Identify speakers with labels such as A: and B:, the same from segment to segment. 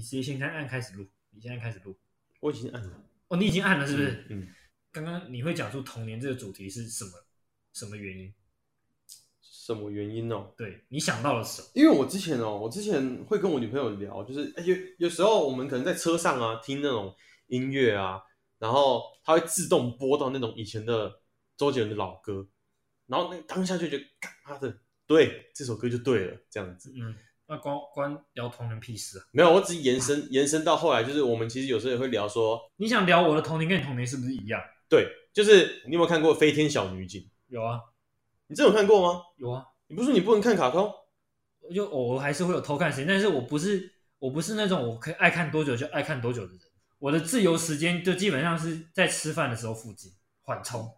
A: 接先看按开始录，你现在开始录。
B: 我已经哎按了，
A: 哦，你已经按了是不是？
B: 嗯，
A: 刚刚你会讲出童年这个主题是什么什么原因？
B: 什么原因哦？
A: 对你想到了什么？
B: 因为我之前哦，我之前会跟我女朋友聊，就是哎有有时候我们可能在车上啊听那种音乐啊，然后它会自动播到那种以前的周杰伦的老歌，然后那当下就觉得，干妈的，对，这首歌就对了，这样子。
A: 嗯，那关关聊童年屁事啊！
B: 没有，我只是延伸延伸到后来，就是我们其实有时候也会聊说，
A: 你想聊我的童年跟你童年是不是一样？
B: 对，就是你有没有看过《飞天小女警》？
A: 有啊，
B: 你真的有看过吗？
A: 有啊，
B: 你不是说你不能看卡通？
A: 就偶尔还是会有偷看时间，但是我不是我不是那种我可以爱看多久就爱看多久的人，我的自由时间就基本上是在吃饭的时候附近缓冲，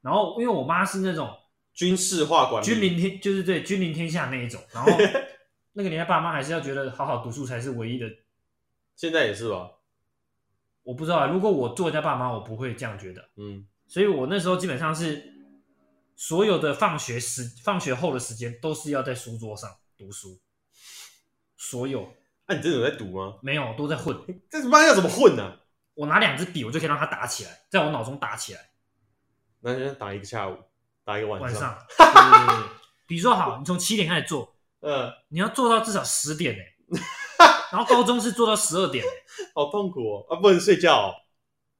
A: 然后因为我妈是那种
B: 军事化管理，
A: 君临天，就是对君临天下那一种，然后那个年代爸妈还是要觉得好好读书才是唯一的，
B: 现在也是吧？
A: 我不知道啊，如果我做人家爸妈，我不会这样觉得，
B: 嗯，
A: 所以我那时候基本上是所有的放学时放学后的时间都是要在书桌上读书，所有
B: 那、啊你真的有在读吗？
A: 没有都在混。
B: 这他妈要怎么混呢、啊？
A: 我拿两支笔，我就可以让它打起来，在我脑中打起来。
B: 那就打一个下午，打一个晚
A: 晚
B: 上。
A: 上，对对对对，比如说好，你从七点开始做，
B: 嗯，
A: 你要做到至少十点呢、然后高中是做到十二点欸、
B: 好痛苦哦，啊，不能睡觉、哦。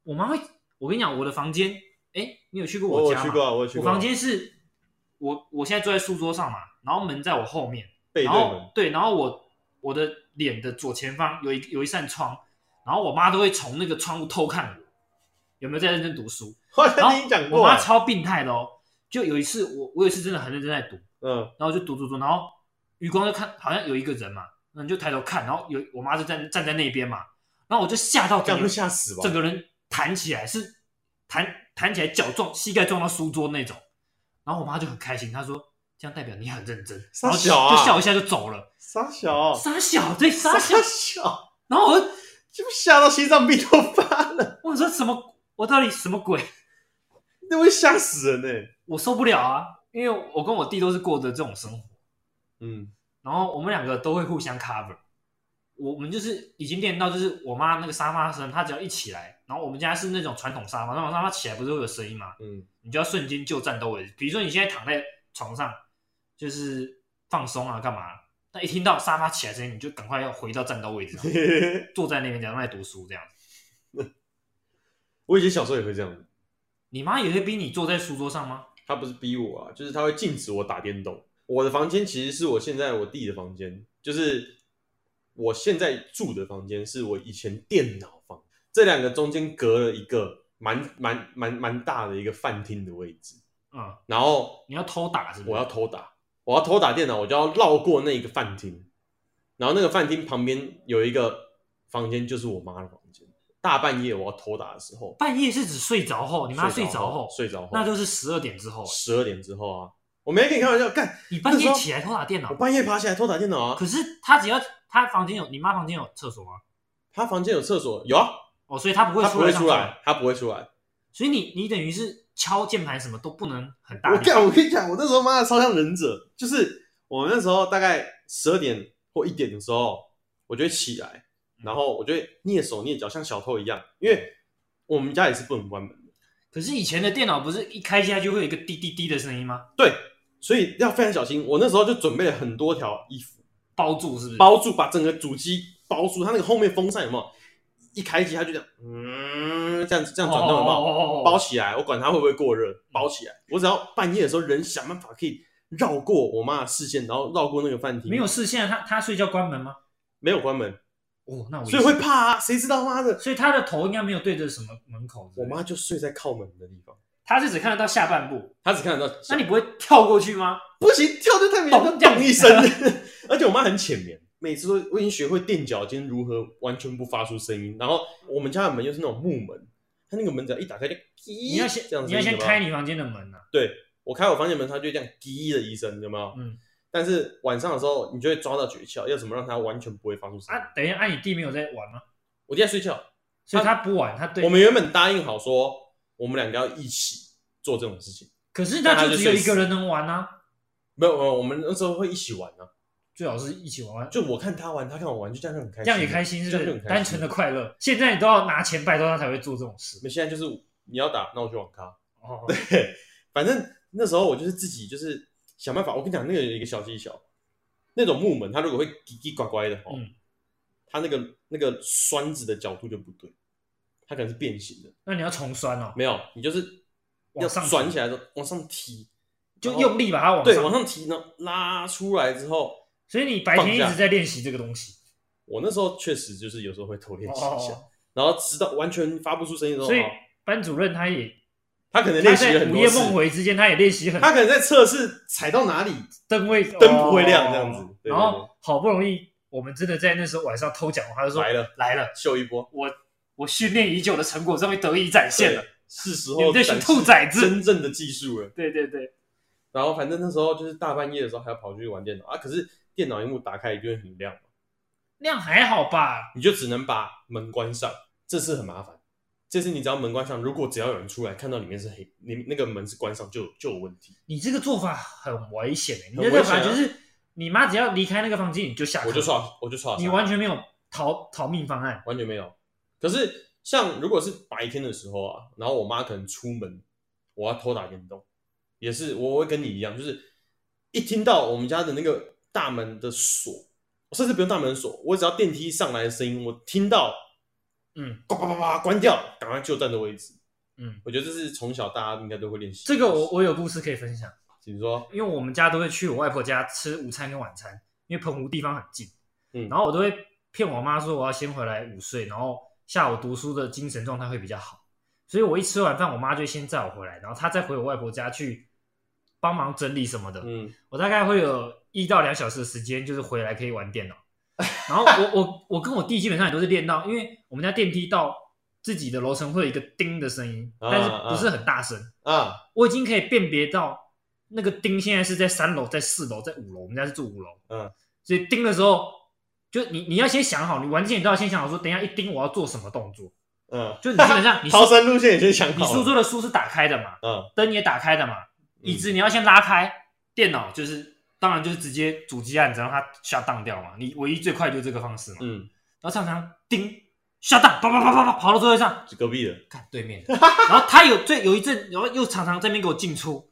A: 我妈会，我跟你讲，我的房间，哎、你有去过
B: 我有
A: 家吗？
B: 去过啊，我有去
A: 我
B: 过。
A: 房间是，我我现在坐在书桌上嘛，然后门在我后面，
B: 背对
A: 然
B: 门
A: 后，对，然后我我的脸的左前方有一有一扇窗，然后我妈都会从那个窗户偷看我，有没有在认真读书？
B: 我好
A: 然
B: 像
A: 后
B: 听你讲
A: 我
B: 过啊、
A: 妈超病态的哦，就有一次我我有一次真的很认真在读，
B: 嗯，
A: 然后就读读读，然后余光就看好像有一个人嘛，然后你就抬头看，然后有我妈就站站在那边嘛，然后我就吓到
B: 这
A: 整个
B: 样会吓死吧
A: 整？个人弹起来，是弹弹起来脚撞膝盖撞到书桌那种，然后我妈就很开心，她说这样代表你很认真，
B: 傻
A: 然后就
B: 小啊
A: 就笑一下就走了，
B: 傻小，
A: 傻小对傻小，
B: 小，
A: 然后我就
B: 这不吓到心脏病都发了，
A: 我说什么我到底什么鬼，
B: 那会吓死人呢、
A: 我受不了啊，因为我跟我弟都是过着这种生活。
B: 嗯，
A: 然后我们两个都会互相 cover。我我们就是已经练到，就是我妈那个沙发声，她只要一起来，然后我们家是那种传统沙发，那种沙发起来不是会有声音吗？
B: 嗯，
A: 你就要瞬间就战斗位置。比如说你现在躺在床上，就是放松啊，干嘛？那一听到沙发起来声音，你就赶快要回到战斗位置 上，坐在那边假装在读书这样子。
B: 我以前小时候也会这样，
A: 你妈也会逼你坐在书桌上吗？
B: 他不是逼我啊，就是他会禁止我打电动。我的房间其实是我现在我弟的房间，就是我现在住的房间是我以前电脑房，这两个中间隔了一个蛮蛮蛮蛮大的一个饭厅的位置，
A: 嗯，
B: 然后
A: 你要偷打是不是？
B: 我要偷打，我要偷打电脑，我就要绕过那个饭厅，然后那个饭厅旁边有一个房间，就是我妈的房间。大半夜我要偷打的时候，
A: 半夜是指睡着后，你妈睡着后，
B: 睡着后，
A: 那就是十二点之后、欸
B: 十二点之后啊，我没跟你开玩笑，干，
A: 你半
B: 那时
A: 夜
B: 候
A: 起来偷打电脑
B: 我，半夜爬起来偷打电脑啊
A: 可。是他只要他房间有你妈房间有厕所吗？
B: 他房间有厕所，有啊，
A: 哦，所以他不会
B: 他不会
A: 上
B: 出来，他不会出来。
A: 所以你你等于是敲键盘什么都不能很大
B: 我
A: 力。
B: 干，我跟你讲，我那时候妈的超像忍者，就是我那时候大概十二点或一点的时候，我就会起来，然后我就会蹑手蹑脚，像小偷一样，因为我们家也是不能关门的，
A: 可是以前的电脑不是一开机它就会有一个滴滴滴的声音吗？
B: 对，所以要非常小心。我那时候就准备了很多条衣服
A: 包住是不是？
B: 包住，把整个主机包住，它那个后面风扇有没有？一开机它就这样，嗯，这样子这样转动有没有？
A: 哦
B: 包起来，我管它会不会过热，包起来。我只要半夜的时候，人想办法可以绕过我妈的视线，然后绕过那个饭厅，
A: 没有视线，他他睡觉关门吗？
B: 没有关门，
A: 哦，那我
B: 所以会怕啊，谁知道妈的？
A: 所以他的头应该没有对着什么门口之类
B: 我
A: 的。
B: 妈就睡在靠门的地方，
A: 他是只看得到下半部，
B: 她只看得到。
A: 那你不会跳过去吗？
B: 不行，跳就太明
A: 咚
B: 显，
A: 这样
B: 她咚一声。 而且我妈很浅眠，每次都我已经学会垫脚尖如何完全不发出声音。然后我们家的门又是那种木门，它那个门只要一打开就
A: 你
B: 你
A: 要
B: 这样
A: 先
B: 子，
A: 你要先开。你房间的门呐、啊。
B: 我开我房间门，它就会这样“滴”的一声，有没有？
A: 嗯
B: 但是晚上的时候，你就会抓到诀窍，要怎么让它完全不会发出声音？
A: 啊，等一下，啊，你弟没有在玩吗？
B: 我今天睡觉，
A: 所以他不玩，他对
B: 啊我们原本答应好说，我们两个要一起做这种事情。
A: 可是
B: 那
A: 他
B: 他
A: 就
B: 就
A: 只有
B: 睡
A: 一个
B: 死
A: 人能玩啊。
B: 没有，没有，我们那时候会一起玩啊。
A: 最好是一起玩玩，
B: 就我看他玩，他看我玩，就这样就很开心，
A: 这样也开心，是
B: 这
A: 不
B: 样就是很开心
A: 单纯的。快乐？现在你都要拿钱拜托他才会做这种事
B: 那现在就是你要打，那我就网咖。
A: 哦，
B: 对，反正那时候我就是自己就是想办法。我跟你讲，那个有一个小技巧，那种木门它如果会叽叽呱呱的哦，
A: 嗯
B: 它那个那个栓子的角度就不对，它可能是变形的。
A: 那你要重栓哦，
B: 没有，你就是要
A: 往上
B: 转
A: 提
B: 起来的时候往上提，
A: 就
B: 然后
A: 用力把它往
B: 对，往
A: 上。
B: 上提，然后拉出来之后，
A: 所以你白天一直在练习这个东西，
B: 我那时候确实就是有时候会偷练习一下，
A: 哦，
B: 然后直到完全发不出声音之后，
A: 所以
B: 哦
A: 班主任他也
B: 他可能
A: 他
B: 练习了
A: 在
B: 很
A: 午
B: 多
A: 夜
B: 次，
A: 梦回之间，他也练习很
B: 他可能在测试踩到哪里，
A: 灯会
B: 灯不会亮这样子
A: 哦
B: 对对对
A: 然后好不容易，我们真的在那时候晚上偷讲完，他就说
B: 来了
A: 来了，
B: 秀一波，
A: 我训练已久的成果终于得以展现了。
B: 对，是时
A: 你们
B: 候
A: 这群
B: 展示
A: 兔崽子
B: 真正的技术了。
A: 对对对，
B: 然后反正那时候就是大半夜的时候还要跑出去玩电脑啊，可是电脑荧幕打开一定会很亮嘛，
A: 那样还好吧？
B: 你就只能把门关上，这次很麻烦。这次你只要门关上，如果只要有人出来看到里面是黑，你那个门是关上就就有问题，
A: 你这个做法很危险欸的、你
B: 很
A: 这个
B: 危
A: 做法
B: 险啊
A: 就是你妈只要离开那个房间，你就下课，
B: 我就刷我就刷。
A: 你完全没有逃逃命方案。
B: 完全没有。可是像如果是白天的时候啊，然后我妈可能出门，我要偷打电动，也是我会跟你一样，就是一听到我们家的那个大门的锁，甚至不用大门锁，我只要电梯上来的声音，我听到
A: 嗯
B: 呱呱呱呱关掉，赶快就站的位置。
A: 嗯，
B: 我觉得这是从小大家应该都会练习。
A: 这个我我有故事可以分享，
B: 请说，
A: 因为我们家都会去我外婆家吃午餐跟晚餐，因为澎湖地方很近，
B: 嗯
A: 然后我都会骗我妈说我要先回来午睡，然后下午读书的精神状态会比较好，所以我一吃完饭，我妈就先载我回来，然后她再回我外婆家去帮忙整理什么的，
B: 嗯，
A: 我大概会有一到两小时的时间，就是回来可以玩电脑。然后我我我跟我弟基本上也都是练到，因为我们家电梯到自己的楼层会有一个叮的声音，
B: 啊
A: 但是不是很大声。
B: 啊，
A: 我已经可以辨别到那个叮现在是在三楼、在四楼、在五楼，我们家是住五楼，
B: 嗯，
A: 所以叮的时候，就你你要先想好，你玩之前你都要先想好说，等一下一叮我要做什么动作。
B: 嗯，
A: 就你基 本上你
B: 逃生路线也先想
A: 你
B: 好
A: 书
B: 了，
A: 桌的书是打开的嘛，
B: 嗯，
A: 灯也打开的嘛，椅子
B: 嗯
A: 你要先拉开，电脑就是当然就是直接主机按着让它下档掉嘛，你唯一最快就是这个方式嘛。
B: 嗯，
A: 然后常常叮下档，叭叭叭叭叭跑到座位上，
B: 就隔壁的，
A: 看对 面，然后他有最有一阵，然后又常常在那边给我进出，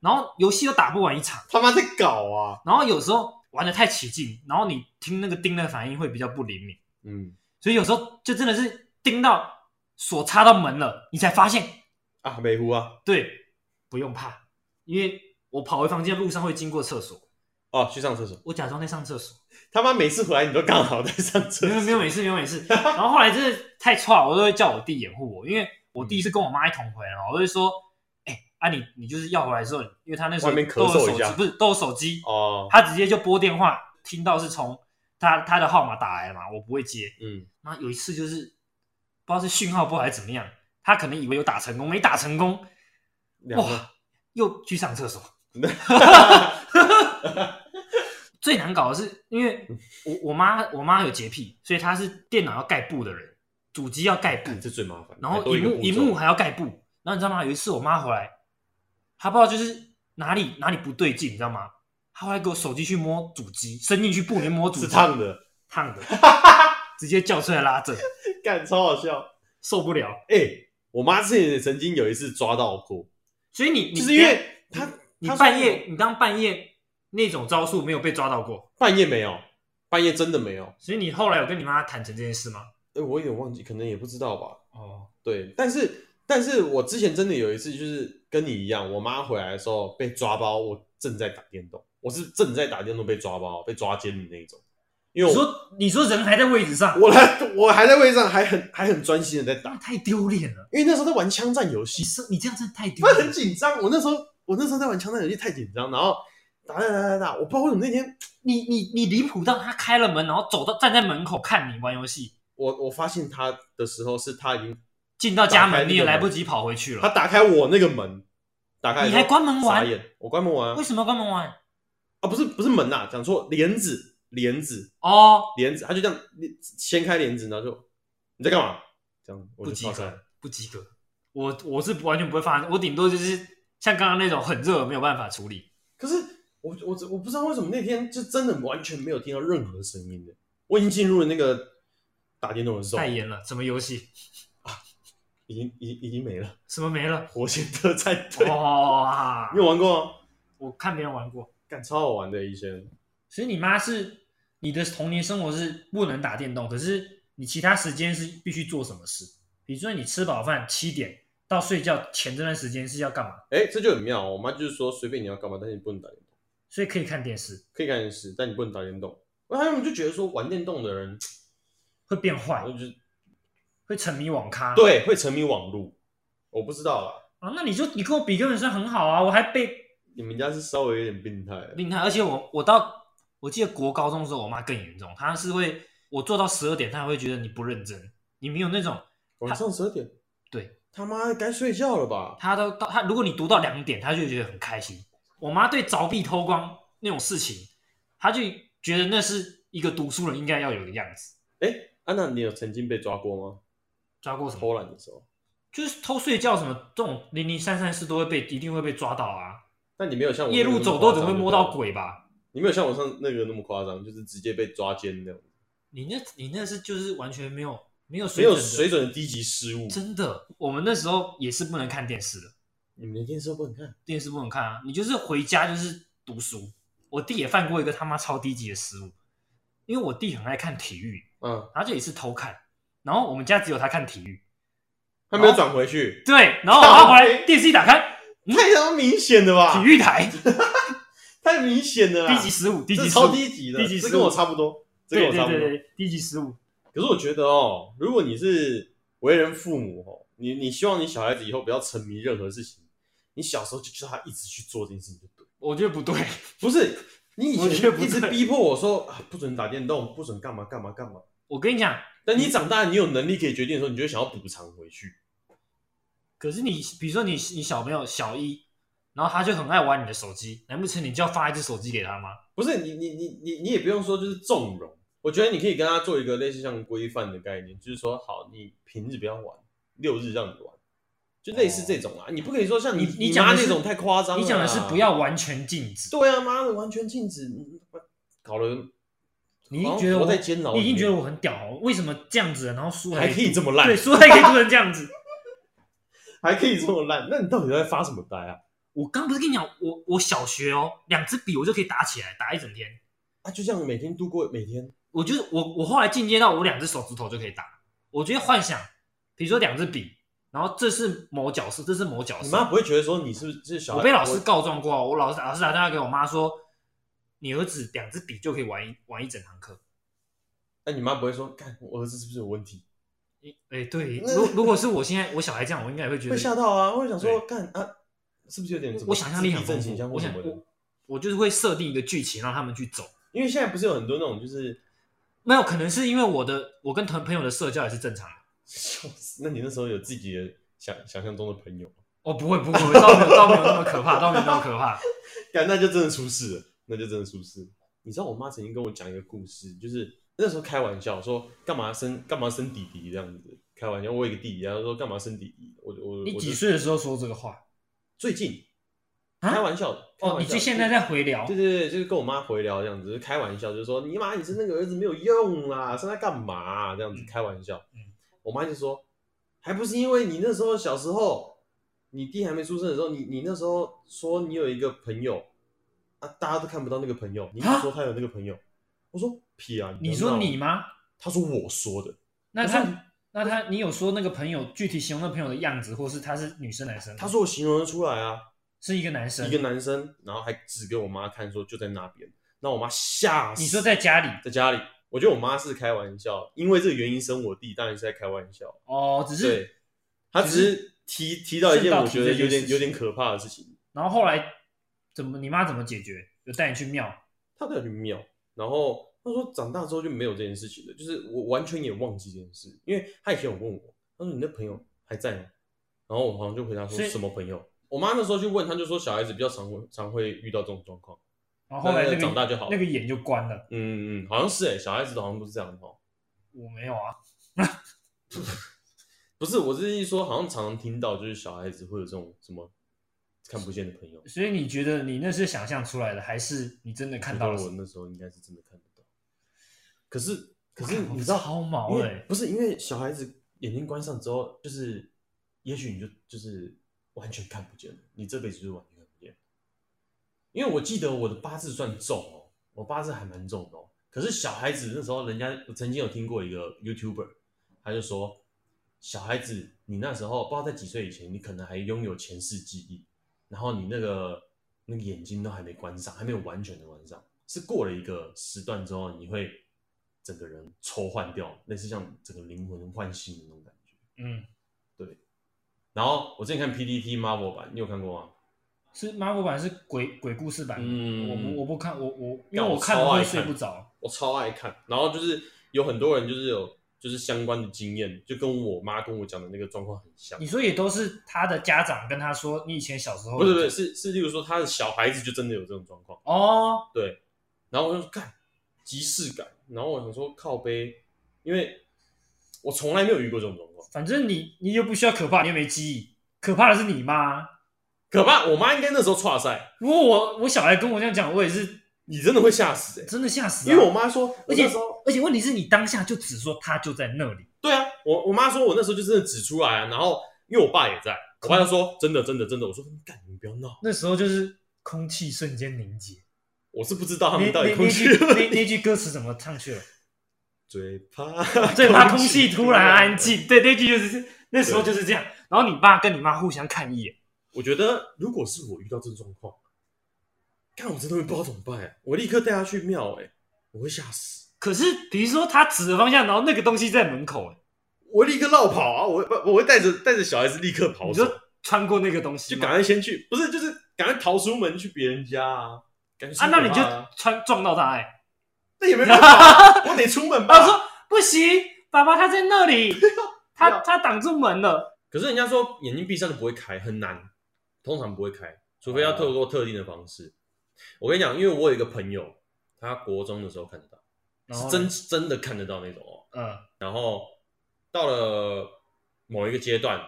A: 然后游戏又打不完一场，
B: 他妈在搞啊，
A: 然后有时候玩的太起劲，然后你听那个叮的反应会比较不灵敏，
B: 嗯，
A: 所以有时候就真的是叮到锁插到门了，你才发现
B: 啊，美湖啊，
A: 对，不用怕，因为我跑回房间的路上会经过厕所，
B: 哦，去上厕所。
A: 我假装在上厕所，
B: 他妈每次回来你都刚好在上车，
A: 没有没有没事没有没 事。然后后来真的太差了，我都会叫我弟掩护我，因为我
B: 嗯
A: 弟是跟我妈一同回来嘛，我就说，哎、啊你你就是要回来的时候，因为他那时候
B: 外面
A: 都
B: 咳
A: 有
B: 嗽
A: 手
B: 一下
A: 机，不是都有手机，
B: 哦，
A: 他直接就拨电话，听到是从他他的号码打来了嘛，我不会接。
B: 嗯，
A: 那有一次就是不知道是讯号不好还是怎么样，他可能以为有打成功，没打成功，
B: 两个
A: 哇，又去上 厕所。最难搞的是，因为我我妈我妈有洁癖，所以她是电脑要盖布的人，主机要 盖布，
B: 这最麻烦。
A: 然后
B: 还多一
A: 荧
B: 个
A: 幕
B: 步
A: 荧
B: 骤
A: 幕还要盖布。然后你知道吗？有一次我妈回来，她不知道就是哪里哪里不对劲，你知道吗？她后来给我手机去摸主机，伸进去不能摸主机，
B: 是烫的，
A: 烫的， 直接叫出来拉正，
B: 干超好笑。
A: 受不了。
B: 哎、我妈之前也曾经有一次抓到过，
A: 所以你你
B: 就是因为她
A: 你
B: 她
A: 半
B: 说
A: 夜你当半夜那种招数没有被抓到过，
B: 半夜没有，半夜真的没有。
A: 所以你后来有跟你妈坦诚这件事吗？
B: 哎、我有点忘记，可能也不知道吧。
A: 哦，
B: 对，但是但是我之前真的有一次，就是跟你一样，我妈回来的时候被抓包，我正在打电动，我是正在打电动被抓包，被抓奸的那一种。因为
A: 你
B: 我
A: 说你说人还在位置上，
B: 我还我还在位置上，还很还很专心的在打
A: 那，太丢脸了。
B: 因为那时候在玩枪战游戏
A: 你，是你这样真的太丢
B: 我
A: 脸
B: 很
A: 了。
B: 紧张。我那时候我那时候在玩枪战游戏太紧张，然后打打打打打，我不知道为什么那天
A: 你你你离谱到他开了门，然后走到站在门口看你玩游戏，
B: 我我发现他的时候是他已经
A: 进到家
B: 打开那
A: 门
B: 个
A: 你也来
B: 门
A: 不及跑回去
B: 他
A: 了。
B: 打开我那个门，打开
A: 你还关门玩
B: 傻眼，我关门玩啊
A: 为什么要关门玩？
B: 啊，不是不是门呐、讲错帘子帘子
A: 哦，
B: 帘子，他就这样掀开帘子，然后就你在干嘛？这样我
A: 不
B: 就
A: 及
B: 跳出来
A: 格，不及格。我我是完全不会发生，我顶多就是像刚刚那种很热没有办法处理。
B: 可是我我我不知道为什么那天就真的完全没有听到任何声音的，我已经进入了那个打电动的 zone，
A: 太严了，什么游戏？
B: 已经已经已经没了。
A: 什么没了？
B: 火箭特战队，
A: 哇
B: 你！有玩过吗？
A: 我看别人玩过。
B: 干超好玩的，以前
A: 所以你妈是你的童年生活是不能打电动，可是你其他时间是必须做什么事？比如说你吃饱饭七点到睡觉前这段时间是要干嘛？
B: 哎，这就很妙、哦。我妈就是说，随便你要干嘛，但是你不能打电动，
A: 所以可以看电视，
B: 可以看电视，但你不能打电动。然后他们就觉得说，玩电动的人，
A: 会变坏
B: 我，就觉得
A: 会沉迷网咖。
B: 对会沉迷网路。我不知道啦，
A: 啊，那你就你跟我比根本算很好啊，我还被
B: 你们家是稍微有点病态。
A: 病态，而且我我到我记得国高中的时候，我妈更严重，她是会我做到十二点，她会觉得你不认真，你没有那种
B: 晚上十二点，
A: 对，
B: 他妈该睡觉了吧？
A: 他都到他，如果你读到两点，他就觉得很开心。我妈对凿壁偷光那种事情，她就觉得那是一个读书人应该要有的样子。
B: 哎，安娜，你有曾经被抓过吗？
A: 抓过什么？
B: 偷懒的时候，
A: 就是偷睡觉什么这种零零散散事都会被一定会被抓到啊！
B: 但你没有像我
A: 夜路走多总会摸到鬼
B: 吧？
A: 吧？
B: 你没有像我上那个那么夸张，就是直接被抓奸那种，
A: 你那你那是就是完全没有没有
B: 没
A: 水准
B: 有
A: 的
B: 水准的低级失误。
A: 真的。我们那时候也是不能看电视的，
B: 你们连电视都不能看，
A: 电视不能看啊，你就是回家就是读书。我弟也犯过一个他妈超低级的失误，因为我弟很爱看体育，
B: 嗯，
A: 然后就也是偷看，然后我们家只有他看体育，
B: 他没有转回去，
A: 对，然后我妈回 来电视一打开，
B: 太他妈明显了吧？
A: 体育台
B: 太明显了啦，
A: 低级十五，低
B: 啊这
A: 级
B: 超
A: 15
B: 低级的，
A: 低级
B: 这
A: 15
B: 跟我差不多，这
A: 对
B: 跟我
A: 对
B: 差不
A: 对
B: 多。
A: 对，低级十五，
B: 可是我觉得哦，如果你是为人父母哦，你你希望你小孩子以后不要沉迷任何事情，你小时候就叫他一直去做这件事情就对了，
A: 我觉得不对，
B: 不是？你以
A: 我觉得
B: 前
A: 不
B: 一直
A: 对
B: 逼迫我说啊，不准打电动，不准干嘛干嘛干嘛。
A: 我跟你讲，
B: 但你长大，你有能力可以决定的时候，你就会想要补偿回去。
A: 可是你比如说你你小朋友小一，然后他就很爱玩你的手机，难不成你就要发一只手机给他吗？
B: 不是你你你你你也不用说就是纵容，我觉得你可以跟他做一个类似像规范的概念，就是说好，你平日不要玩，六日让你玩，就类似这种啊，你不可以说像
A: 嗯你
B: 你
A: 你讲
B: 妈
A: 的是
B: 那种太夸张了啦，啊
A: 你讲的是不要完全禁止，
B: 对啊，妈的完全禁止，你搞了
A: 你已经觉得
B: 我
A: 我
B: 在监牢里
A: 你
B: 面，
A: 已经觉得我很屌哦，为什么这样子，然后书
B: 还可以
A: 读
B: 这么烂
A: 对，书还可以读成这样子。
B: 还可以这么烂，那你到底在发什么呆啊？
A: 我刚不是跟你讲，我我小学哦，两支笔我就可以打起来，打一整天。
B: 啊，就这样每天度过每天，
A: 我就是我，我后来进阶到我两只手指头就可以打。我觉得幻想，比如说两支笔，然后这是某角色，这是某角
B: 你
A: 色。
B: 妈不会觉得说你是不是这是小孩？
A: 我被老师告状过，我老师老师打电话给我妈说，你儿子两支笔就可以玩一玩一整堂课。
B: 那你妈不会说，干我儿子是不是有问题？
A: 诶哎，对，
B: 那
A: 如如果是我现在我小孩这样，我应该也会觉
B: 会吓
A: 得，
B: 到啊，会想说
A: 对
B: 干啊，是不是有点什么
A: 我想象力很
B: 自闭症
A: 丰
B: 倾向
A: 富。
B: 或
A: 我
B: 什
A: 想
B: 么的？
A: 我我就是会设定一个剧情让他们去走。
B: 因为现在不是有很多那种就是，
A: 没有，可能是因为我的我跟朋朋友的社交也是正常的。
B: 笑死！那你那时候有自己的想想象中的朋友吗，
A: 哦，不会不会，不会倒没有倒没有那么可怕，倒没有那么可 怕。
B: 干那就真的出事了，那就真的出事了。你知道我妈曾经跟我讲一个故事，就是那时候开玩笑说干嘛生干嘛生弟弟这样子，开玩笑。我有一个弟弟，然后说干嘛生弟弟，我我我
A: 你
B: 就
A: 几岁的时候说这个话？
B: 最近
A: 啊
B: 开玩笑的
A: 哦，你
B: 最
A: 就现在在回聊
B: 对，对对，就是跟我妈回聊这样子，就是开玩笑，就是说你妈你生那个儿子没有用啦，生他干嘛啊、这样子
A: 嗯
B: 开玩笑。
A: 嗯
B: 我妈就说，还不是因为你那时候小时候，你弟还没出生的时候，你你那时候说你有一个朋友啊，大家都看不到那个朋友，你一直
A: 啊
B: 说他有那个朋友，我说屁啊，
A: 你
B: 不要
A: 说
B: 闹
A: 你？吗？
B: 他说我说的，
A: 那
B: 我说你
A: 他那他，你有说那个朋友具体形容那朋友的样子，或是他是女生男生？
B: 他说我形容得出来啊，
A: 是一个男生
B: 一。个男生，然后还指给我妈看说就在那边，那我妈吓死。
A: 你说在家里
B: 在家里，我觉得我妈是开玩笑，因为这个原因生我弟，当然是在开玩笑。
A: 哦，只是
B: 对，她只是提提到一件我觉得
A: 顺道
B: 有
A: 提这件
B: 点
A: 事情
B: 有点可怕的事情，
A: 然后后来怎么你妈怎么解决？有带你去庙？
B: 她都要去庙，然后她说长大之后就没有这件事情了，就是我完全也忘记这件事，因为她以前有问我，她说你的朋友还在吗？然后我好像就回答说
A: 所以
B: 什么朋友。我妈那时候去问，她就说小孩子比较常会常会遇到这种状况，
A: 然后后来那
B: 那呃长大
A: 个
B: 就好了。
A: 那个眼就关了。
B: 嗯嗯嗯，好像是哎、小孩子好像都是这样哦。
A: 我没有啊，
B: 不是，我是一说，好像常常听到就是小孩子会有这种什么看不见的朋友。
A: 所以你觉得你那是想象出来的，还是你真的看到
B: 我
A: 了
B: 觉
A: 什
B: 得
A: 么？
B: 我那时候应该是真的看得到，可是可是
A: 看我
B: 你知道
A: 超毛
B: 因
A: 的
B: 为
A: 欸
B: 不是因为小孩子眼睛关上之后，就是也许你就就是完全看不见了，你这辈子就是完全看不见。因为我记得我的八字算重哦，我八字还蛮重的哦。可是小孩子那时候，人家我曾经有听过一个 YouTuber，他就说，小孩子你那时候不知道在几岁以前，你可能还拥有前世记忆，然后你那个那个眼睛都还没关上，还没有完全的关上，是过了一个时段之后，你会整个人抽换掉，类似像整个灵魂唤醒的那种感觉。
A: 嗯，
B: 然后我之前看 PPT Marvel 版，你有看过吗？
A: 是 Marvel 版是鬼鬼故事版，
B: 嗯
A: 我不我不看，我我因为
B: 干
A: 我
B: 我
A: 看
B: 超
A: 了
B: 爱
A: 会睡
B: 看
A: 不着。
B: 我超爱看。然后就是有很多人就是有就是相关的经验，就跟我妈跟我讲的那个状况很像
A: 你。说也都是他的家长跟他说，你以前小时候
B: 不是不是是是，例如说他的小孩子就真的有这种状况，
A: 哦，
B: 对。然后我就说干即视感，然后我想说靠背，因为我从来没有遇过这种状况，
A: 反正你你又不需要可怕，你又没记忆，可怕的是你妈。
B: 可怕。我妈应该那时候岔赛，
A: 如果我我小孩跟我这样讲，我也是
B: 你真的会吓死哎、
A: 真的吓死、啊。
B: 因为我妈说，我
A: 而且
B: 那时候
A: 而且问题是你当下就只说他就在那里，
B: 对啊，我我妈说我那时候就真的指出来啊，然后因为我爸也在，我爸就
A: 嗯
B: 说真的真的真的，我说干你们不要闹，
A: 那时候就是空气瞬间凝结。
B: 我是不知道他
A: 那
B: 们啊到底
A: 那
B: 空
A: 那
B: 虚
A: 句 那那句歌词怎么唱去了？
B: 最怕
A: 最怕空气突 然
B: 啊
A: 安。静。对，那句就是那时候就是这样。然后你爸跟你妈互相看一眼，
B: 我觉得如果是我遇到这种状况，看我真的会不知道怎么办、欸，我立刻带他去庙，哎，我会吓死，
A: 可是比如说他指的方向，然后那个东西在门口，哎
B: 我会立刻绕跑啊，我会我会带着带着小孩子立刻跑
A: 你
B: 走
A: 就，穿过那个东西
B: 就
A: 吗，
B: 赶快先去，不是就是赶快逃出门去别人家啊，感觉
A: 啊，那你
B: 出
A: 就
B: 门啊
A: 穿撞到他，哎，
B: 那也没 办法，啊我得出门吧。
A: 他说不行，爸爸他在那里，他他挡住门了。
B: 可是人家说眼睛闭上就不会开，很难，通常不会开，除非要透过特定的方式。我跟你讲，因为我有一个朋友，他国中的时候看得到，
A: 然后
B: 是
A: 呢
B: 真真的看得到那种哦。
A: 嗯，
B: 然后到了某一个阶段，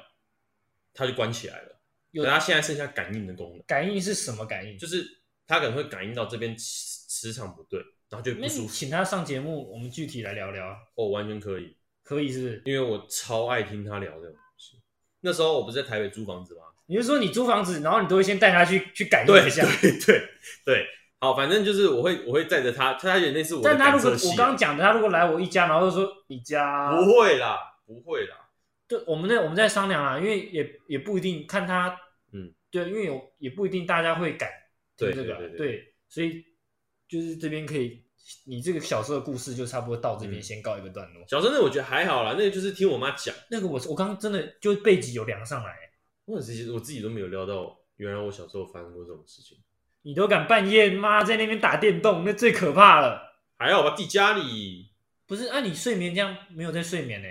B: 他就关起来了，
A: 有
B: 可他现在剩下感应的功能，
A: 感应是什么感应？
B: 就是他可能会感应到这边磁磁场不对，然后就会
A: 那
B: 不舒
A: 你
B: 服。
A: 请他上节目，我们具体来聊聊啊，
B: 我、完全可以，
A: 可以是不是？
B: 因为我超爱听他聊这种东西。那时候我不是在台北租房子吗？
A: 你就说你租房子，然后你都会先带他去去感应
B: 对
A: 一下。
B: 对对对，好，反正就是我会我会载着他，他有点类似我的
A: 但他
B: 感
A: 如果
B: 测器啊、
A: 我刚刚讲的，他如果来我一家，然后就说你家，啊
B: 不会啦，不会啦，
A: 对，我们那我们在商量啊，因为也也不一定看他，
B: 嗯，
A: 对，因为有也不一定大家会敢听
B: 对
A: 这个啊，
B: 对对对
A: 所以就是这边可以，你这个小时候的故事就差不多到这边
B: 嗯
A: 先告一个段落。
B: 小声的我觉得还好啦，那个就是听我妈讲，
A: 那个我我刚刚真的就背脊有凉上来，
B: 我其实我自己都没有料到，原来我小时候发生过这种事情。
A: 你都敢半夜妈在那边打电动，那最可怕了。
B: 还好吧，弟家里
A: 不是，啊，你睡眠这样没有在睡眠呢、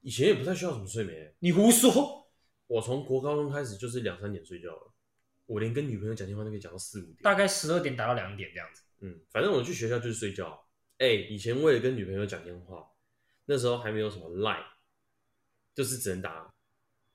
B: 以前也不太需要什么睡眠，
A: 你胡说。
B: 我从国高中开始就是两三点睡觉了，我连跟女朋友讲电话都可以讲到四五
A: 大
B: 点。
A: 概十二点打到两点这样子。
B: 嗯，反正我去学校就是睡觉。哎、以前为了跟女朋友讲电话，那时候还没有什么 Line，就是只能打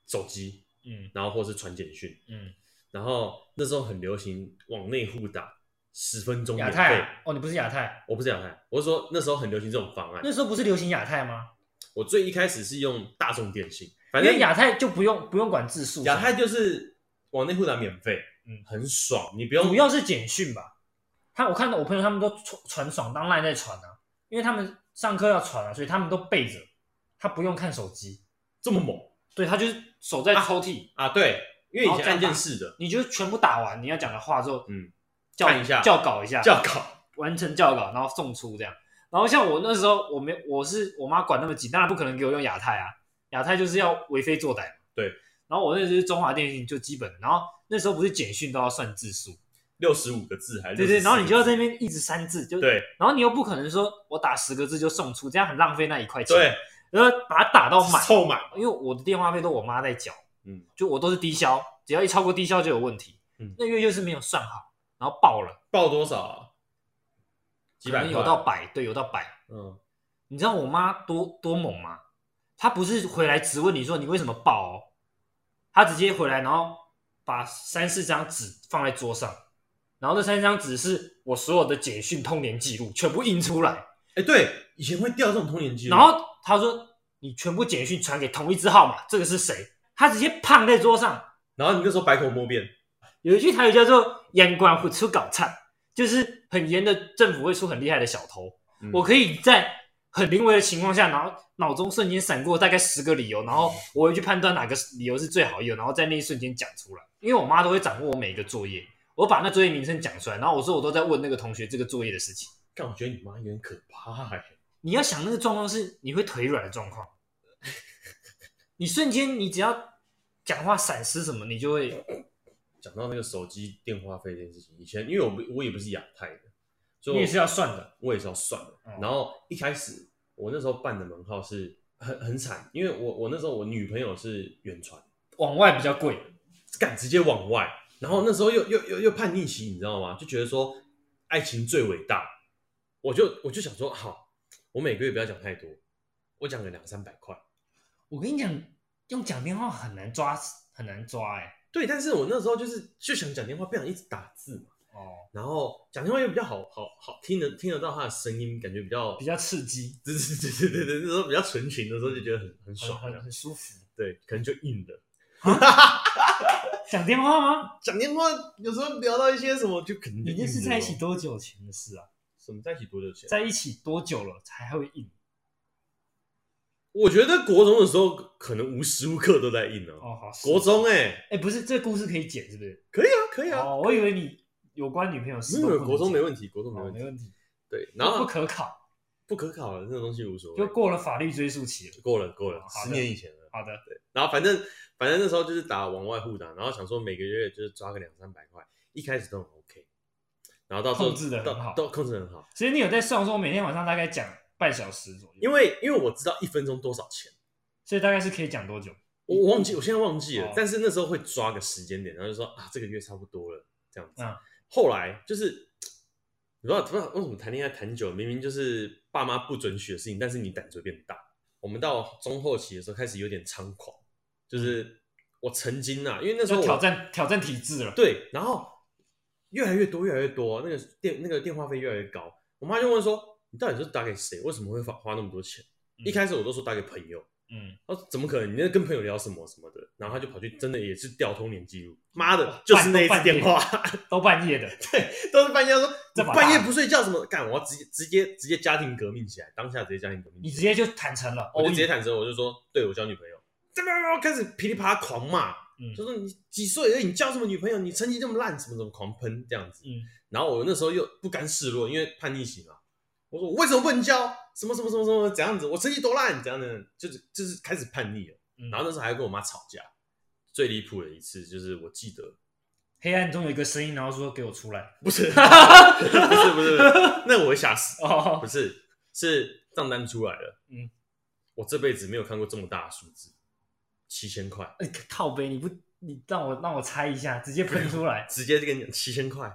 B: 手机，
A: 嗯
B: 然后或是传简讯，
A: 嗯，
B: 然后那时候很流行往内互打，十分钟
A: 亚
B: 免
A: 太
B: 费。
A: 啊、哦，你不是亚太，
B: 我不是亚太，我是说那时候很流行这种方案
A: 那。时候不是流行亚太吗？
B: 我最一开始是用大众电信，反
A: 因
B: 正
A: 为亚太就不用不用管字数，
B: 亚太就是往内互打免费，
A: 嗯
B: 嗯，很爽，你不
A: 主
B: 用
A: 要是简讯吧。他我看到我朋友他们都传传爽当 line 在传啊，因为他们上课要传啊，所以他们都备着，他不用看手机，
B: 这么猛
A: 对他就是手在抽屉，
B: 啊！对，因为以
A: 然后哦
B: 前
A: 这样
B: 按
A: 打
B: 键式的
A: 你就全部打完你要讲的话之后，
B: 嗯，
A: 校
B: 看一下
A: 校稿一下，
B: 教稿，
A: 完成校稿，然后送出这样。然后像我那时候，我没我是我妈管那么紧，当然不可能给我用亚太啊，亚太就是要为非作歹嘛。
B: 对。
A: 然后我那时候是中华电信就基本，然后那时候不是简讯都要算字数，
B: 六十五个字还是
A: 对对，
B: 64
A: 然后你就要
B: 个字
A: 在那边一直删字，就，
B: 对
A: 然后你又不可能说我打十个字就送出，这样很浪费那一块钱，，
B: 对
A: 然后把它打到满，
B: 凑满，
A: 因为我的电话费都我妈在缴，
B: 嗯，
A: 就我都是低消，只要一超过低消就有问题，
B: 嗯
A: 那月就是没有算好，然后爆了，
B: 报多少啊？几百
A: 可
B: 块
A: 能有到百，对，有到百，
B: 嗯，
A: 你知道我妈多多猛吗？她不是回来质问你说你为什么爆哦，她直接回来，然后把三四张纸放在桌上，然后那三张纸是我所有的简讯通联记录全部印出来，
B: 哎，对，以前会掉这种通联记录，
A: 然后他说你全部简讯传给同一只号码，这个是谁？他直接胖在桌上。
B: 然后你那时候百口莫辩，
A: 有一句台语叫做“严管会出搞菜”，就是很严的政府会出很厉害的小偷。
B: 嗯
A: 我可以在很临危的情况下，然后脑中瞬间闪过大概十个理由，然后我会去判断哪个理由是最好用，然后在那一瞬间讲出来。因为我妈都会掌握我每一个作业，我把那作业名称讲出来，然后我说我都在问那个同学这个作业的事情。
B: 但我觉得你妈有点可怕哎、
A: 你要想那个状况是你会腿软的状况，你瞬间你只要讲话闪失什么，你就会
B: 讲到那个手机电话费这件事情，以前因为我不我也不是亚太的，所以
A: 你也
B: 我
A: 是要算的。
B: 我也是要算的。
A: 哦
B: 然后一开始我那时候办的门号是很很惨，因为我我那时候我女朋友是远传，
A: 往外比较贵，
B: 敢直接往外，然后那时候又又又又叛逆期，你知道吗？就觉得说爱情最伟大，我就我就想说好，我每个月不要讲太多，我讲个两三百块。
A: 我跟你讲，用讲电话很难抓，很难抓哎、
B: 对，但是我那时候就是就想讲电话，不想一直打字嘛。
A: 哦，
B: 然后讲电话又比较好好好听得听得到他的声音，感觉比较
A: 比较刺激，
B: 对对对对对对，那时候比较纯情的时候就觉得很很
A: 很
B: 爽，这
A: 很
B: 样
A: 很舒服。
B: 对，可能就硬了。
A: 讲电话吗？
B: 讲电话有时候聊到一些什么，就肯定
A: 你那是在一起多久前的事啊？
B: 什么在一起多久前？
A: 在一起多久了才会硬？
B: 我觉得国中的时候可能无时无刻都在硬啊。
A: 哦，好，是
B: 国中哎、
A: 哎、不是这个故事可以剪是不是？
B: 可以啊，可以啊，
A: 哦，我以为你有关女朋友的事
B: 没
A: 都
B: 有
A: 不
B: 没
A: 能剪，
B: 有国中没问题，国中没
A: 哦
B: 问
A: 没
B: 题。
A: 问题，
B: 对，然后
A: 不可考，
B: 不可考了，那种东西无所
A: 就
B: 谓，
A: 过了法律追溯期了。
B: 过了过了
A: 哦，好的
B: 十年以前了。
A: 好的，
B: 然后反正反正那时候就是打往外互打，然后想说每个月就是抓个两三百块，一开始都很 OK，然后到最后
A: 控制得很
B: 到
A: 好
B: 都控制得很好。
A: 所以你有在算说每天晚上大概讲半小时左右，
B: 因为因为我知道一分钟多少钱，
A: 所以大概是可以讲多久？
B: 我我忘记，我现在忘记了。
A: 哦
B: 但是那时候会抓个时间点，然后就说啊，这个月差不多了，这样子。
A: 嗯
B: 后来就是你不知道不知道为什么谈恋爱谈久了，明明就是爸妈不准许的事情，但是你胆子会变大。我们到中后期的时候开始有点猖狂，就是我曾经啊，因为那时候
A: 就嗯
B: 我
A: 挑战挑战体制了。
B: 对，然后越来越多，越来越多，那个电那个电话费越来越高。我妈就问说：“你到底是打给谁？为什么会花花那么多钱？”
A: 嗯
B: 一开始我都说打给朋友。
A: 嗯，
B: 他哦说怎么可能？你在跟朋友聊什么什么的？然后他就跑去真的也是调通联记录，妈的，就是那一次电话，
A: 都哦半夜的，
B: 都是半夜说
A: 这
B: 你
A: 么大
B: 半夜不睡觉什么，干我要直接直接直接家庭革命起来，当下直接家庭革命
A: 你
B: 起来，
A: 直接就坦诚了，
B: 我就直接
A: 哦
B: 坦诚，我就说对我交女朋友，这边开始噼里啪啦狂骂，
A: 嗯
B: 就说你几岁而已，你交什么女朋友？你成绩这么烂，什么什么狂喷这样子。
A: 嗯，
B: 然后我那时候又不甘示弱，因为叛逆期嘛，我说我为什么不能交？什么什么什么什么怎样子？我成绩多烂，怎样的？就是就是开始叛逆了。
A: 嗯
B: 然后那时候还跟我妈吵架，最离谱的一次就是我记得，
A: 黑暗中有一个声音，然后说给我出 来。
B: 不是不是不是，那我会吓死，
A: 哦
B: 不，是是账单出来了，
A: 嗯
B: 嗯，我这辈子没有看过这么大的数字，七千块，，
A: 哎靠背，你不，你让我让我猜一下，直接喷出来
B: 直接就跟你讲七千块，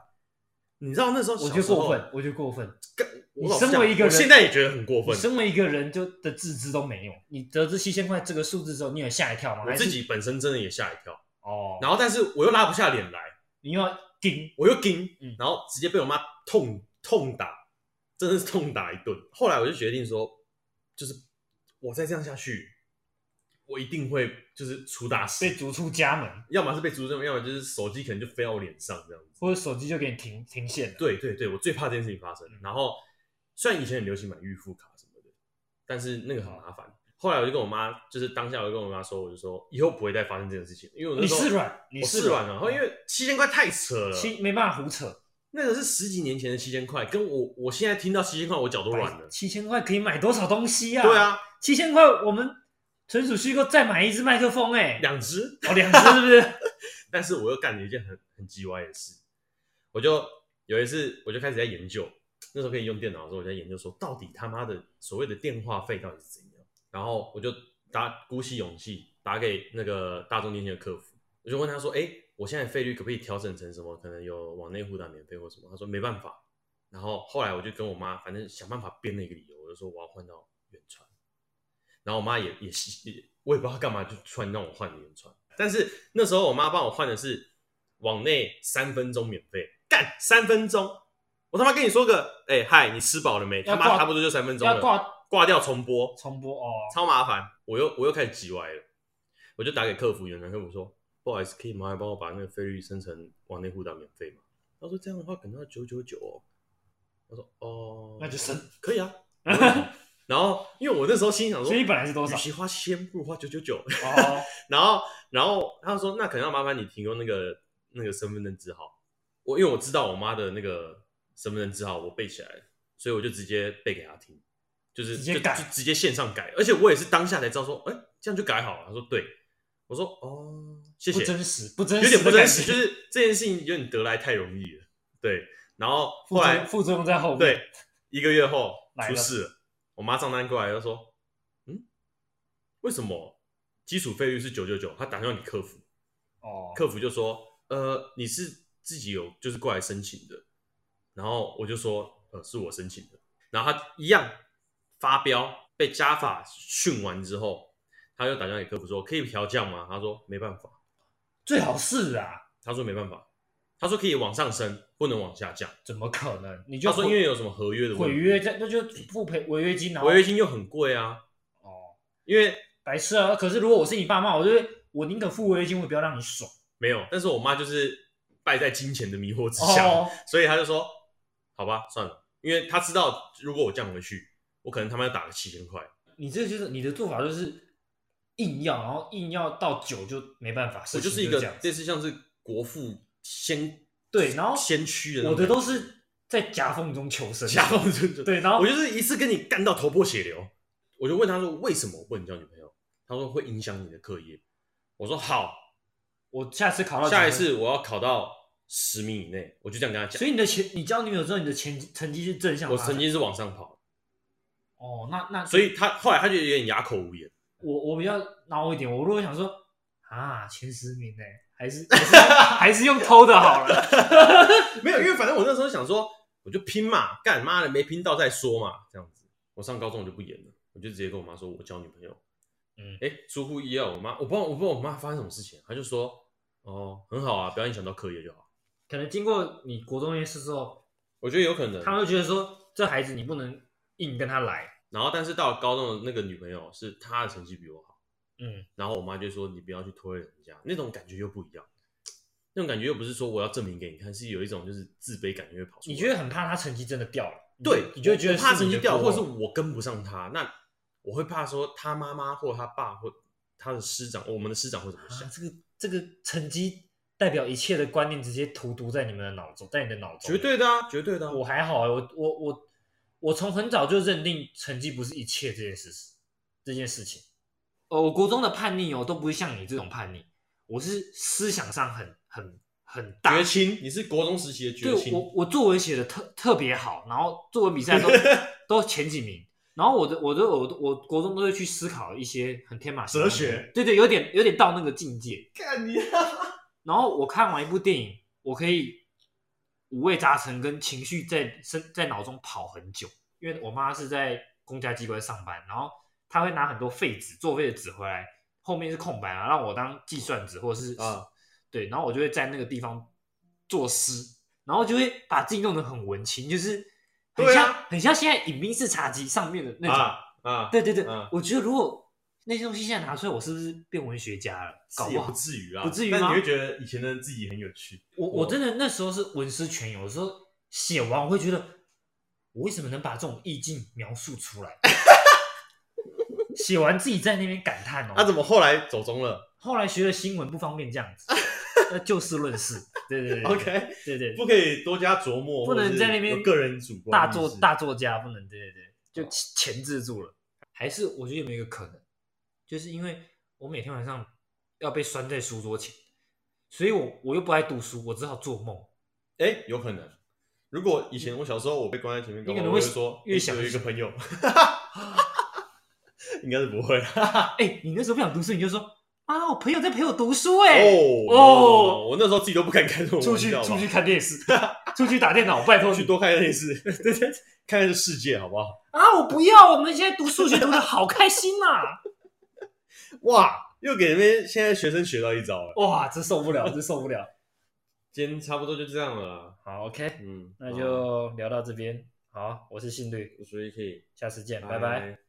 B: 你知道那时候
A: 我
B: 小
A: 觉得
B: 时候
A: 过分，，我觉得过分。
B: 干
A: 你
B: 我老实
A: 身
B: 讲
A: 为一个
B: 我
A: 人
B: 现在也觉得很过
A: 你
B: 分，
A: 身为一个人就的自知都没有，你得知七千块这个数字之后，你有吓一跳吗？
B: 我
A: 还是
B: 自己本身真的也吓一跳，
A: 哦，
B: 然后但是我又拉不下脸来，
A: 你又要盯，
B: 我又惊
A: 嗯，
B: 然后直接被我妈痛痛打，真的是痛打一顿。后来我就决定说，就是我再这样下去，我一定会就是出大
A: 被
B: 事，
A: 逐出家门，
B: 要么是被逐出，要么就是手机可能就飞到我脸上这样子。
A: 或者手机就给你停停线了。
B: 对对对，我最怕这件事情发
A: 嗯
B: 生。然后虽然以前很流行买预付卡什么的，但是那个很麻烦。后来我就跟我妈，就是当下我就跟我妈说，我就说以后不会再发生这种事情，因为我那
A: 你
B: 时候
A: 是软，你
B: 我
A: 是
B: 是软了，然后因为七千块太扯了，
A: 七没办法胡扯，
B: 那个是十几年前的七千块，跟我我现在听到七千块，我脚都软了。
A: 七千块可以买多少东西呀？
B: 对，啊，
A: 七千块我们纯属虚构，再买一支麦克风，哎，
B: 两只，
A: 哦两只是不 是？
B: 但是我又干了一件很很鸡歪的事，我就有一次我就开始在研究，那时候可以用电脑的时候，我就在研究说到底他妈的所谓的电话费到底是怎样，然后我就打鼓起勇气打给那个大众电信的客服，我就问他说，哎、我现在费率可不可以调整成什么？可能有往内互打免费或什么？他说没办法。然后后来我就跟我妈，反正想办法编了一个理由，我就说我要换到远传。然后我妈也也是，也我也不知道她干嘛，就突然让我换远传。但是那时候我妈帮我换的是往内三分钟免费，干三分钟，我他妈跟你说个，哎、嗨，你吃饱了没？
A: 要
B: 他
A: 挂
B: 妈差不多就三分钟
A: 要
B: 了，
A: 挂
B: 挂掉重播，
A: 重播哦，
B: 超麻烦，我又我又开始急歪了，我就打给客服，远程客服说，不好意思，可以麻烦帮我把那个费率升成往内互打免费吗？他说这样的话可能要九九九哦，我说哦，
A: 那就升
B: 可 以啊，没问题然后因为我那时候心想说
A: 所以，本来是多少
B: 与？其花千，不如花九九九。
A: 哦，
B: 然后，然后他说，那可能要麻烦你提供那个那个身份证字号。我因为我知道我妈的那个身份证字号，我背起来了，所以我就直接背给她听，就是
A: 直接
B: 就
A: 改
B: 就直接线上改。而且我也是当下才知道说，哎，这样就改好了。她说对，我说哦，谢
A: 不
B: 谢，
A: 真实，不真
B: 有
A: 实
B: 点
A: 的感觉，
B: 不真实，就是这件事情有点得来太容易了。对，然后
A: 副
B: 后
A: 作
B: 来
A: 用副作用在后面。
B: 对，一个月后
A: 来
B: 出
A: 了
B: 事了，我妈账单过来就说，嗯，为什么基础费率是九九九？她打电话给客服，
A: 哦，
B: 客服就说，呃，你是自己有就是过来申请的，然后我就说，呃，是我申请的，然后他一样发飙，被加法训完之后，他又打电话给客服说，可以调降吗？他说没办法，
A: 最好是啊，
B: 他说没办法，他说可以往上升，不能往下降，
A: 怎么可能？你就
B: 他说因为有什么合约的问
A: 毁
B: 题，
A: 约，这那就付赔违约金，然后
B: 违约金又很贵啊。
A: 哦，
B: 因为
A: 白痴啊！可是如果我是你爸妈，我就会我宁可付违约金，我也不要让你爽。
B: 没有，但是我妈就是败在金钱的迷惑之下，
A: 哦，
B: 所以她就说：“好吧，算了。”因为她知道，如果我降回去，我可能他们要打个七千块，
A: 你这就是你的做法，就是硬要，然后硬要到九就没办法，
B: 我
A: 事
B: 就
A: 情
B: 是一
A: 就
B: 个
A: 这样。
B: 类似像是国父先
A: 对然后
B: 先驱的那
A: 我
B: 种
A: 的
B: 感觉，
A: 都是在夹缝中求生，
B: 假冒真 真，
A: 对，然后
B: 我就是一次跟你干到头破血流。我就问他说：“为什么我不能交女朋友？”他说：“会影响你的课业。”我说：“好，
A: 我下次考到
B: 下一
A: 几分，
B: 次我要考到十米以内。”我就这样跟他讲，
A: 所以你的前你交女友之后，你的前成绩是正向
B: 我
A: 发展，
B: 曾经是往上跑，
A: 哦，那那
B: 所以他后来他就有点哑口无言。
A: 我我比较孬一点，我如果想说啊前十名呢，还是 还是还是用偷的好了。
B: 没有，因为反正我那时候想说，我就拼嘛，干妈的没拼到再说嘛，这样子。我上高中我就不演了，我就直接跟我妈说我交女朋友。
A: 嗯，
B: 哎，出乎意料，我妈我不知道我不知道我妈发生什么事情，啊她就说哦很好啊，不要影响到课业就好。
A: 可能经过你国中面试之后，
B: 我觉得有可能。
A: 他们会觉得说这孩子你不能硬跟他来，
B: 然后但是到了高中的那个女朋友是她的成绩比我好，
A: 嗯，
B: 然后我妈就说你不要去拖累人家，那种感觉又不一样。那种感觉又不是说我要证明给你看，是有一种就是自卑感就会跑出来。
A: 你觉得很怕他成绩真的掉了，你就
B: 对，
A: 你就会
B: 我
A: 觉得
B: 嗯我怕
A: 是
B: 成
A: 你
B: 绩
A: 的
B: 掉，
A: 锅
B: 或是我跟不上他，那我会怕说他妈妈或他爸或他的师长，我们的师长会怎么想
A: 啊，？这个这个成绩代表一切的观念直接荼毒在你们的脑中，在你的脑中，
B: 绝对的啊，绝对的啊、
A: 我还好欸、我我我我从很早就认定成绩不是一切这件事实这件事情。哦，我国中的叛逆哦，都不是像你这种叛逆，我是思想上很很很大
B: 绝。亲，你是国中时期的
A: 对
B: 绝亲，
A: 我我作文写的特特别好，然后作文比 赛都都前几名。然后我的我的我的我国中都会去思考一些很天马行空的
B: 哲学
A: 东西，对对，有点有点到那个境界。
B: 干你、啊！
A: 然后我看完一部电影，我可以五味杂陈，跟情绪在身在脑中跑很久。因为我妈是在公家机关上班，然后她会拿很多废纸、作废的纸回来，后面是空白啊，让我当计算纸或者是
B: 啊，
A: 对，然后我就会在那个地方作诗，然后就会把自己弄得很文青，就是很
B: 对啊
A: 像、很像现在饮冰式茶几上面的那种。
B: 啊啊，
A: 对对对，
B: 啊
A: 我觉得如果那些东西现在拿出来，我是不是变文学家了？搞
B: 是
A: 不
B: 也
A: 好
B: 不至于啊，
A: 不至于
B: 但
A: 吗
B: 你会觉得以前的自己很有趣。
A: 我我真的那时候是文思泉涌，有时候写完我会觉得，我为什么能把这种意境描述出来？ 写完自己在那边感叹哦。
B: 啊他、怎么后来走中了
A: 后来学了新闻不方便这样 子，要就事论事。对对对对
B: ？OK，
A: 对对对，
B: 不可以多加琢磨，
A: 不能
B: 或者是
A: 在那边
B: 有个人主观
A: 大
B: 意
A: 作
B: 识哦
A: 大作家不能，对对对，就钳制住了。还是我觉得有没有一个可能，就是因为我每天晚上要被拴在书桌前，所以我我又不爱读书，我只好做梦。
B: 哎、有可能。如果以前我小时候我被关在前面，
A: 你可能
B: 搞不好我
A: 会
B: 说
A: 越
B: 诶
A: 想
B: 有一个
A: 越
B: 朋友， 应该是不会。啊
A: 哎、你那时候不想读书，你就说啊，我朋友在陪我读书哎、
B: 哦
A: 哦
B: 哦，我那时候自己都不敢开这种
A: 出
B: 玩
A: 去
B: 笑吧
A: 出去看电 视，出去打电脑，拜托
B: 去
A: 你
B: 多看电视，对对，看看这世界好不好？
A: 啊！我不要，我们现在读数学读的好开心啊呐、
B: 哇，又给那边现在学生学到一招了。
A: 哇，真受不了，真受不了。
B: 今天差不多就这样了啦。
A: 好，OK，
B: 嗯，
A: 那
B: 好
A: 就聊到这边。好，我是信律，
B: 我属于可以，
A: 下次见，拜
B: 拜
A: 拜。